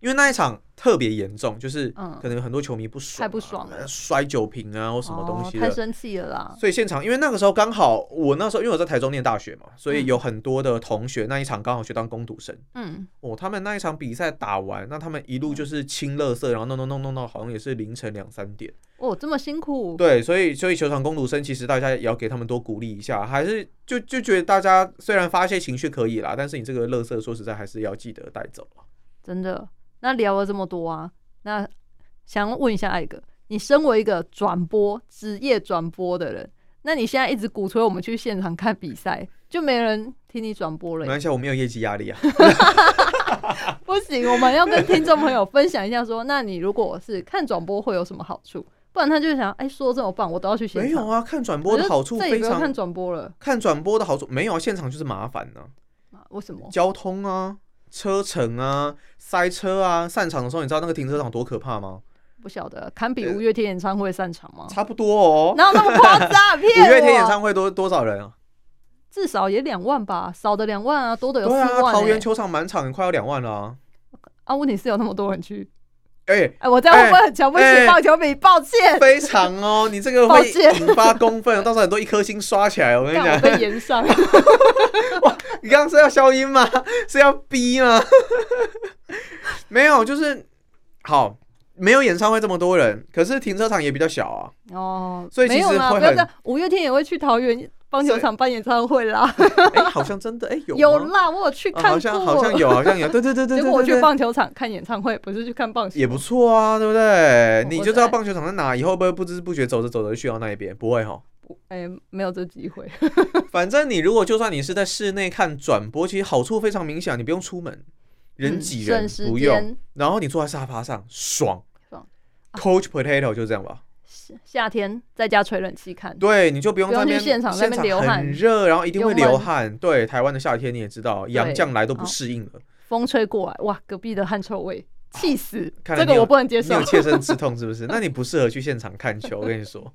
S2: 因为那一场特别严重，就是
S1: 嗯
S2: 可能有很多球迷不爽啊、
S1: 太不爽了
S2: 呃摔酒瓶啊 [laughs] 或什么东西
S1: 哦
S2: 的。
S1: 太生气了啦，
S2: 所以现场，因为那个时候刚好我那时候因为我在台中念大学嘛，所以有很多的同学那一场刚好去当攻读生。
S1: 嗯，
S2: 哦，他们那一场比赛打完，那他们一路就是清垃圾，然后弄弄弄弄到好像也是凌晨两三点。
S1: 哦，这么辛苦，
S2: 对，所以所以球场攻读生其实大家也要给他们多鼓励一下，还是就就觉得大家虽然发泄情绪可以啦，但是你这个垃圾说实在还是要记得带走啊。
S1: 真的。那聊了这么多啊，那想问一下艾哥，你身为一个转播职业转播的人，那你现在一直鼓吹我们去现场看比赛，就没人听你转播了
S2: 没
S1: 耶。
S2: 关系啊，我没有业绩压力啊。
S1: 不行，我们要跟听众朋友分享一下说那你如果是看转播会有什么好处？不然他就想，哎、说这么棒，我都要去现
S2: 没有
S1: 场。
S2: 啊，看转播
S1: 我
S2: 的
S1: 就
S2: 好处
S1: 再也
S2: 非
S1: 不要
S2: 常
S1: 看转播了，
S2: 看转播的好处没有啊，现场就是麻烦呢、
S1: 啊为什么？
S2: 交通啊、车程啊、塞车啊。散场的时候，你知道那个停车场多可怕吗？
S1: 不晓得，堪比五月天演唱会散场吗？
S2: 差不多哦。 [laughs]
S1: 哪有那么夸张？
S2: 五
S1: 骗我！啊
S2: 月天演唱会多多少人啊？
S1: 至少也两万吧，少的两万啊，多的有四
S2: 对啊，
S1: 万、
S2: 桃
S1: 欸。
S2: 园球场满场快要两万了啊、
S1: 啊，问题是有那么多人去， [laughs]
S2: 哎、
S1: 哎、我这样会不会很瞧不起
S2: 哎哎
S1: 棒球迷？抱歉，
S2: 非常哦，你这个
S1: 抱
S2: 会
S1: 歉
S2: 引发公愤，到时候很多一颗星刷起 [laughs] 来。我跟你
S1: 让我
S2: 讲，
S1: 被延上。 [laughs]
S2: 你刚刚是要消音吗？ [laughs] 是要逼吗？ [laughs] 没有，就是好，没有演唱会这么多人，可是停车场也比较小
S1: [laughs]
S2: 啊。
S1: 哦，
S2: 所以其
S1: 没有
S2: 实
S1: 啦，
S2: 会
S1: 不要
S2: 很
S1: 这样。五月天也会去桃园棒球场办演唱会啦，
S2: 哎、好像真的哎、有
S1: 有
S2: 有
S1: 啦，我有去看过。
S2: 好像好像有，好像有，对对对对
S1: 结
S2: 对
S1: 果我
S2: 对
S1: 去
S2: 对。
S1: 棒球场看演唱会，不是去看棒球。
S2: 也不错啊，对不对？你
S1: 我
S2: 就知道
S1: 在
S2: 棒球场在哪，以后会不会不知不觉走着走着去到那一边？不会哈。
S1: 哎、没有这机会。
S2: [laughs] 反正你如果就算你是在室内看转播，其实好处非常明显，你不用出门， [laughs] 人挤人
S1: 嗯省时
S2: 不用，
S1: 间
S2: 然后你坐在沙发上爽
S1: 爽。啊
S2: Coach Potato 就这样吧，
S1: 夏夏天在家吹冷气看，
S2: 对，你就不用
S1: 不
S2: 在
S1: 用
S2: 那
S1: 去
S2: 边
S1: 现场在那边流汗
S2: 很热，然后一定会
S1: 又闷
S2: 流汗。对，台湾的夏天你也知道，洋将来都不
S1: 哦
S2: 适应了，
S1: 风吹过来，哇，隔壁的汗臭味，气死！
S2: 看来
S1: 这
S2: 你
S1: 个
S2: 有
S1: 我不能接
S2: 你
S1: 受
S2: 有，切身之痛是不是？那你不适合去现场看球，我跟
S1: [laughs]
S2: 你说。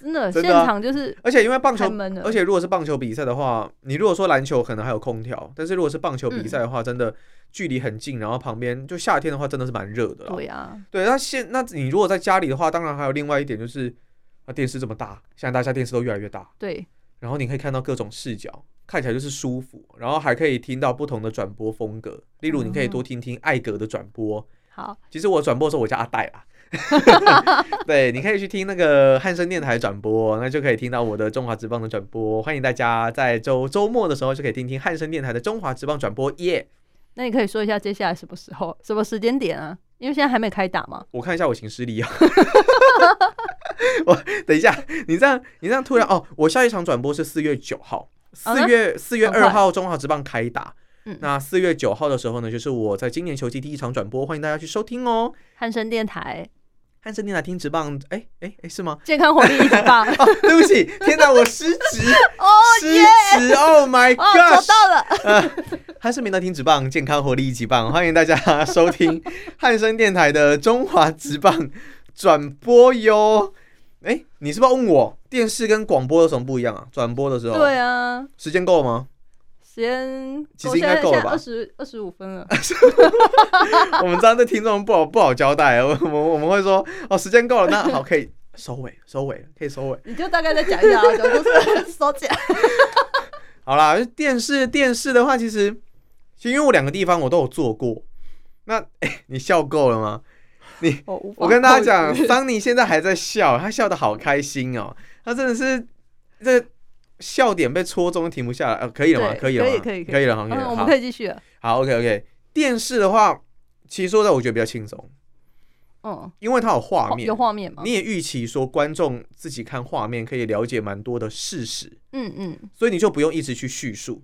S1: 真的，
S2: 真
S1: 现
S2: 的啊
S1: 场就是
S2: 而且因为棒球
S1: 太闷了，
S2: 而且如果是棒球比赛的话，你如果说篮球可能还有空调，但是如果是棒球
S1: 嗯
S2: 比赛的话，真的距离很近，然后旁边就夏天的话，真的是蛮热的啦。
S1: 对啊，
S2: 对，那现那你如果在家里的话，当然还有另外一点就是，啊，电视这么大，现在大家电视都越来越大，
S1: 对，
S2: 然后你可以看到各种视角，看起来就是舒服，然后还可以听到不同的转播风格，例如你可以多听听艾格的转播，
S1: 好，
S2: 其实我转播的时候我叫阿戴啦。对，你可以去听那个汉声电台转播，那就可以听到我的中华职棒的转播。欢迎大家在周周末的时候就可以听听汉声电台的中华职棒转播耶。
S1: 那你可以说一下接下来什么时候、什么时间点啊？因为现在还没开打嘛。
S2: 我看一下我行事历啊。 [laughs] 我等一下，你这样你这样突然
S1: 嗯
S2: 哦，我下一场转播是四月九号，
S1: 啊
S2: 四月四月
S1: 很
S2: 二
S1: 快
S2: 号中华职棒开打。
S1: 嗯
S2: 那四月九号的时候呢，就是我在今年球季第一场转播，欢迎大家去收听哦。
S1: 汉声电台
S2: 汉声电台听职棒，哎哎哎，是吗？
S1: 健康活力一级
S2: [laughs]
S1: 棒
S2: 哦，对不起，天哪，我失职，
S1: [laughs] 哦
S2: 失职，Oh my
S1: [laughs] 哦，找
S2: gosh！
S1: 到了，
S2: 汉声明道听直棒，健康活力一级棒，欢迎大家收听 [laughs] 汉声电台的中华直棒转播哟。哎，你是不是要问我电视跟广播有什么不一样啊？转播的时候，
S1: 对，啊，
S2: 时间够吗？
S1: 时间
S2: 其实应该够了吧
S1: 二十二十五分了，
S2: 我们这样对听众不好不好交代，啊 [laughs] 我我们我们会说哦，时间够了，那好，可以收尾，收尾，可以收尾。
S1: 你就大概再讲一下啊，讲
S2: [laughs]
S1: 就是收起来。
S2: 好啦，电视电视的话，其实其实因为我两个地方我都有做过，那、哎，你笑够了吗？
S1: 我无法
S2: 我跟大家
S1: 控
S2: 讲
S1: 制，
S2: 桑尼现在还在笑，他笑得好开心哦，他真的是这个笑点被戳中停不下来，呃，可以了吗？
S1: 对
S2: 可以了吗？
S1: 可以可以可以
S2: 可以了哈，可以
S1: 嗯，我
S2: 了。
S1: 们
S2: 好
S1: 可以继续了。
S2: 好，OK OK。电视的话，其实说的我觉得比较轻松，
S1: 嗯，
S2: 因为它有画
S1: 画
S2: 面
S1: 有，画面吗？
S2: 你也预期说观众自己看画面可以了解蛮多的事实，
S1: 嗯嗯，
S2: 所以你就不用一直去叙述。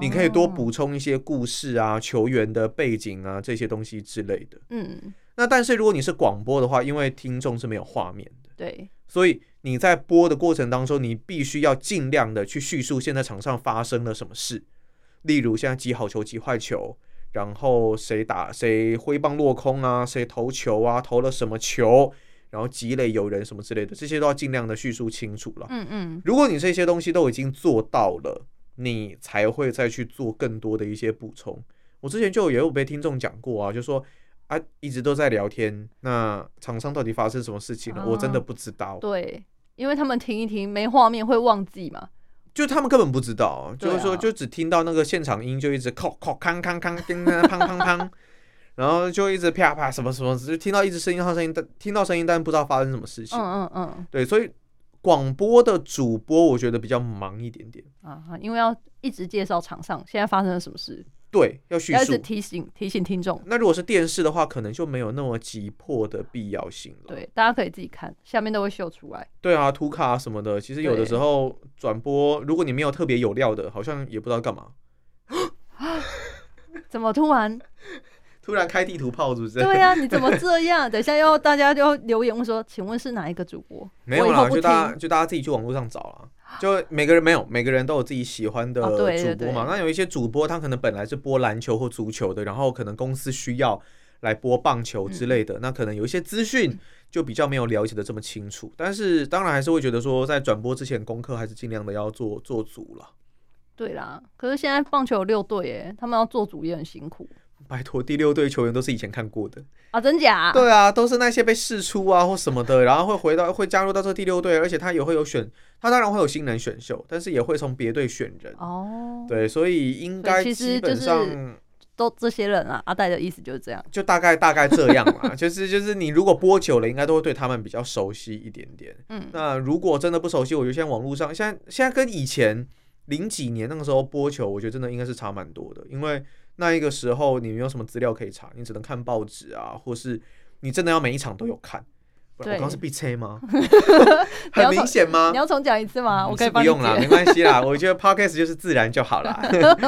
S2: 你可以
S1: 哦
S2: 多补充一些故事啊、球员的背景啊这些东西之类的。
S1: 嗯，
S2: 那但是如果你是广播的话，因为听众是没有画面的，
S1: 对，
S2: 所以你在播的过程当中，你必须要尽量的去叙述现在场上发生了什么事，例如现在几好球、几坏球，然后谁打谁挥棒落空啊，谁投球啊，投了什么球，然后积累有人什么之类的，这些都要尽量的叙述清楚了。
S1: 嗯嗯，
S2: 如果你这些东西都已经做到了，你才会再去做更多的一些补充。我之前就也有被听众讲过啊，就说啊，一直都在聊天，那厂商到底发生什么事情了？
S1: 啊
S2: 我真的不知道，
S1: 对，因为他们停一停，没画面会忘记嘛。
S2: 就他们根本不知道，就
S1: 对啊
S2: 是说就只听到那个现场音，就一直扣扣康康康叮当当砰砰砰， [laughs] 然后就一直啪啪什么什么，就听到一直声音，听到声音，但听到声音，但不知道发生什么事情。
S1: 嗯嗯
S2: 对，所以广播的主播我觉得比较忙一点点，
S1: 嗯，啊，因为要一直介绍场上现在发生了什么事，
S2: 对，要叙
S1: 要一
S2: 述
S1: 直。提醒提醒听众。
S2: 那如果是电视的话，可能就没有那么急迫的必要性了。
S1: 对，大家可以自己看，下面都会秀出来。
S2: 对啊，图卡什么的，其实有的
S1: 对
S2: 时候转播，如果你没有特别有料的，好像也不知道干嘛，
S1: 怎么突
S2: [laughs]
S1: 然？
S2: 突然开地图炮是不是？
S1: 对呀、你怎么这样？等一下要大家就要留言问说，请问是哪一个主播？
S2: 没
S1: 我
S2: 有
S1: 以后
S2: 啦，
S1: 不
S2: 就大家
S1: 听。
S2: 就大家自己去网络上找啦。就每个人没有，每个人都有自己喜欢的
S1: 哦
S2: 主播嘛。
S1: 对对对
S2: 那有一些主播，他可能本来是播篮球或足球的，然后可能公司需要来播棒球之类
S1: 嗯
S2: 的，那可能有一些资讯就比较没有了解的这么清楚。但是当然还是会觉得说，在转播之前功课还是尽量的要做做足了。
S1: 对啦，可是现在棒球有六队耶，他们要做主也很辛苦
S2: 拜托，第六队球员都是以前看过的，
S1: 啊，真假？
S2: 对啊，都是那些被试出啊或什么的，然后会回到会加入到这第六队，而且他也会有选，他当然会有新人选秀，但是也会从别队选人。
S1: 哦，
S2: 对，所以应该
S1: 对其实
S2: 基
S1: 就是
S2: 本上
S1: 都这些人啊，阿戴的意思就是这样。
S2: 就大概大概这样
S1: [laughs]
S2: 啦。就是就是你如果播久了，应该都会对他们比较熟悉一点点。
S1: 嗯
S2: 那如果真的不熟悉，我觉得现在网络上，现在现在跟以前零几年那个时候播球，我觉得真的应该是差蛮多的，因为那一个时候你没有什么资料可以查，你只能看报纸啊，或是你真的要每一场都有看。不然
S1: 对
S2: 我刚刚是 B
S1: [laughs]
S2: C 吗？
S1: 你
S2: 很
S1: 要
S2: 明显吗
S1: 你？要重讲一次吗？我可以
S2: 是
S1: 帮
S2: 嗯不
S1: 你
S2: 用啦，
S1: 解
S2: 没关系啦。我觉得 podcast 就是自然
S1: [laughs]
S2: 就好啦。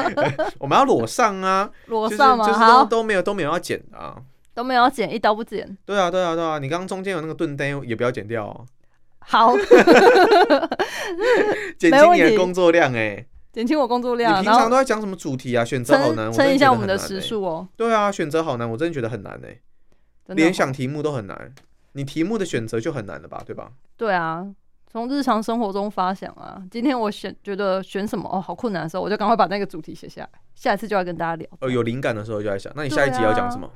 S2: [laughs] 我们要裸上啊，
S1: 裸上吗？
S2: 就是就是都
S1: 好，
S2: 都没有都没有要剪的啊。
S1: 都没有要剪，一刀不剪。
S2: 对啊，对啊，对啊！你刚刚中间有那个顿呆，也不要剪掉、
S1: [laughs]
S2: 哦， [laughs]
S1: 好，
S2: 减
S1: 没
S2: 轻
S1: 问
S2: 你的
S1: 题
S2: 工作量哎、
S1: 减轻我工作
S2: 你
S1: 量，
S2: 平
S1: 然
S2: 常
S1: 后
S2: 都在讲什么主题啊？选择好
S1: 撑
S2: 难，我
S1: 撑
S2: 真
S1: 一
S2: 的觉
S1: 下
S2: 得
S1: 我们的
S2: 很难
S1: 时
S2: 欸。
S1: 数哦。
S2: 对啊，选择好难，我真的觉得很难哎、
S1: 真的
S2: 连
S1: 哦
S2: 想题目都很难，你题目的选择就很难了吧？对吧？
S1: 对啊，从日常生活中发想啊。今天我选觉得选什么哦，好困难的时候，我就赶快把那个主题写下来，下一次就要跟大家聊。
S2: 呃，有灵感的时候就在想，那你下一集
S1: 对啊
S2: 要讲什么？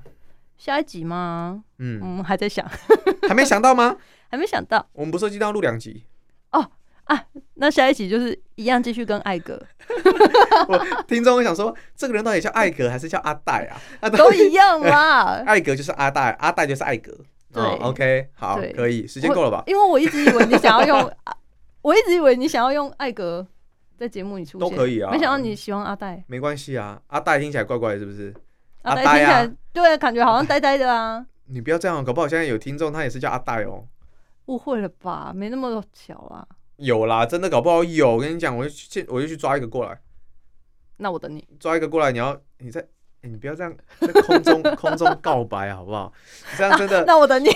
S1: 下一集吗？
S2: 嗯，
S1: 嗯，还在想，
S2: 还没想到吗？
S1: 还没想到。
S2: 我们不设计到录两集，
S1: 那下一集就是一样继续跟艾
S2: [laughs]
S1: 哥
S2: 我听众会想说，这个人到底叫艾格还是叫阿戴啊？阿戴
S1: 都一样啦。
S2: 艾格就是阿戴，阿戴就是艾格。
S1: 对
S2: 嗯，OK，好
S1: 对，
S2: 可以，时间够了吧？
S1: 因为我一直以为你想要
S2: [laughs]
S1: 用，啊我一直以为你想要用艾格在节目里出现，
S2: 都可以啊
S1: 没想到你喜欢阿戴，
S2: 没关系啊，阿戴听起来怪怪的，是不是？
S1: 阿
S2: 阿
S1: 戴
S2: 呆
S1: 听起
S2: 啊
S1: 来对，感觉好像呆呆的啊，
S2: 你不要这样，搞不好现在有听众他也是叫阿戴哦。
S1: 误会了吧？没那么巧啊。
S2: 有啦，真的搞不好有。我跟你讲，我就去现，我就去抓一个过来，
S1: 那我等你，
S2: 抓一个过来。你要你在，哎你不要这样在空中 [laughs] 空中告白好不好？你这样真
S1: [laughs]
S2: 的，
S1: 那我等你，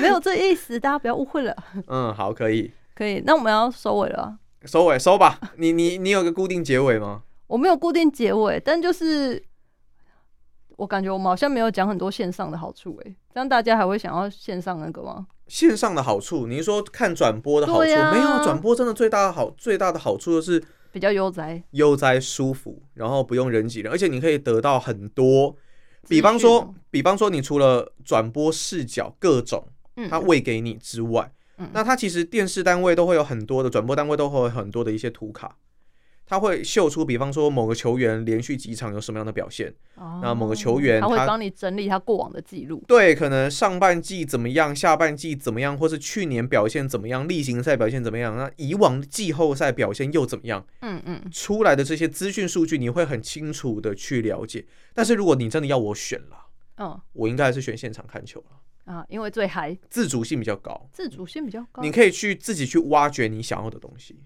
S1: 没有这意思，大家不要误会了。
S2: 嗯，好，可以
S1: 可以，那我们要收尾了啊。
S2: 收尾收吧。你你你有个固定结尾吗？
S1: 我没有固定结尾，但就是我感觉我们好像没有讲很多线上的好处诶、这样大家还会想要线上那个吗？
S2: 线上的好处，你是说看转播的好处、
S1: 对啊
S2: 没有？转播真的最大的好最大的好处就是
S1: 比较悠哉，
S2: 悠哉舒服，然后不用人挤人，而且你可以得到很多，比方
S1: 资
S2: 说
S1: 讯，
S2: 比方说你除了转播视角各种
S1: 嗯，
S2: 它喂给你之外，
S1: 嗯
S2: 那它其实电视单位都会有很多的转播单位都会有很多的一些图卡。它会秀出，比方说某个球员连续几场有什么样的表现，
S1: 那
S2: 那某个球员
S1: 哦他会
S2: 他
S1: 帮你整理他过往的记录，
S2: 对，可能上半季怎么样，下半季怎么样，或是去年表现怎么样，例行赛表现怎么样，那以往季后赛表现又怎么样？
S1: 嗯嗯，
S2: 出来的这些资讯数据，你会很清楚的去了解。但是如果你真的要我选了，
S1: 嗯
S2: 我应该还是选现场看球了，
S1: 啊，因为最嗨，
S2: 自主性比较高，
S1: 自主性比较高
S2: 你，可以去自己去挖掘你想要的东西。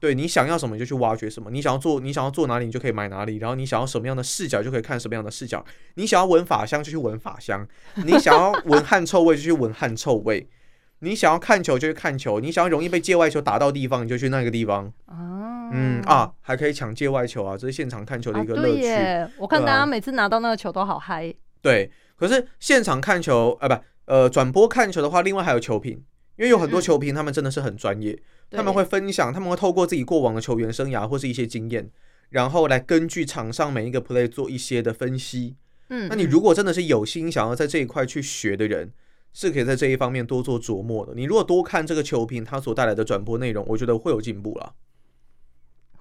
S2: 对你想要什么你就去挖掘什么，你想要做你想要做哪里你就可以买哪里，然后你想要什么样的视角就可以看什么样的视角，你想要闻法香就去闻法香，你想要闻汗臭味就去闻汗臭味，你想要看球就去看球，你想要容易被界外球打到地方你就去那个地方，
S1: 啊，
S2: 嗯啊，还可以抢界外球啊，这是现场看球的
S1: 啊
S2: 一个乐
S1: 对
S2: 趣。
S1: 耶，我看
S2: 对
S1: 大
S2: 啊
S1: 家每次拿到那个球都好嗨，
S2: 对，可是现场看球，啊，不，呃，转播看球的话，另外还有球评，因为有很多
S1: 嗯
S2: 球评他们真的是很专业，他们
S1: 对
S2: 会分享，他们会透过自己过往的球员生涯或是一些经验，然后来根据场上每一个 play 做一些的分析。
S1: 嗯，
S2: 那你如果真的是有心想要在这一块去学的人，是可以在这一方面多做琢磨的。你如果多看这个球评他所带来的转播内容，我觉得会有进步啦。
S1: 嗯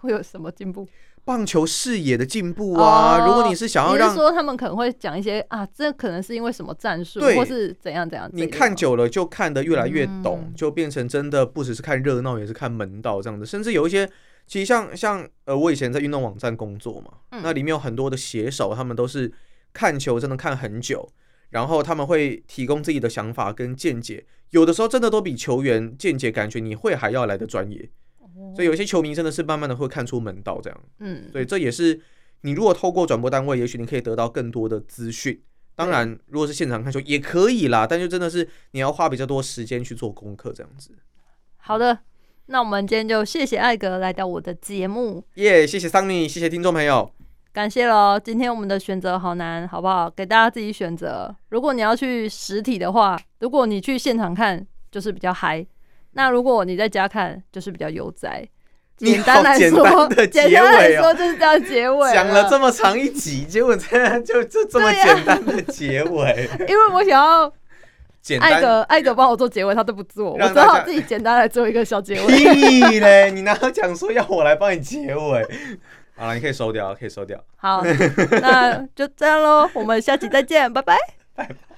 S1: 会有什么进步？
S2: 棒球视野的进步啊！
S1: 哦
S2: 如果你是想要
S1: 你
S2: 让
S1: 是说他们可能会讲一些啊，这可能是因为什么战术，
S2: 对
S1: 或是怎样怎样？
S2: 你看
S1: 球，
S2: 久了就看得越来越懂，
S1: 嗯
S2: 就变成真的不只是看热闹，也是看门道这样的。甚至有一些，其实像像呃，我以前在运动网站工作嘛，
S1: 嗯
S2: 那里面有很多的写手，他们都是看球真的看很久，然后他们会提供自己的想法跟见解，有的时候真的都比球员见解感觉你会还要来的专业。所以有些球迷真的是慢慢的会看出门道这样。
S1: 哦嗯，
S2: 对，这也是你如果透过转播单位，也许你可以得到更多的资讯。当然，如果是现场看球也可以啦，但就真的是你要花比较多时间去做功课这样子。
S1: 好的，那我们今天就谢谢艾格来到我的节目，
S2: 耶、谢谢桑尼，谢谢听众朋友，
S1: 感谢喽。今天我们的选择好难，好不好？给大家自己选择。如果你要去实体的话，如果你去现场看，就是比较嗨；那如果你在家看，就是比较悠哉。
S2: 你
S1: 简单
S2: 好
S1: 来
S2: 简
S1: 说
S2: 单的，
S1: 简
S2: 结
S1: 单
S2: 尾
S1: 来
S2: 哦
S1: 说就是这样结尾。
S2: 讲了这么长一集，结果这样就就这么
S1: 啊对呀啊
S2: 简单的结尾，
S1: 因为我想要
S2: 简
S1: 艾
S2: 单
S1: 格艾格帮我做结尾，他都不做，我
S2: 让
S1: 只
S2: 大家
S1: 好自己简单来做一个小结尾。
S2: 屁嘞！你哪有讲说要我来帮你结尾？好了，你可以收掉，可以收掉。
S1: 好，那就这样喽，我们下期再见，拜拜。
S2: 拜拜。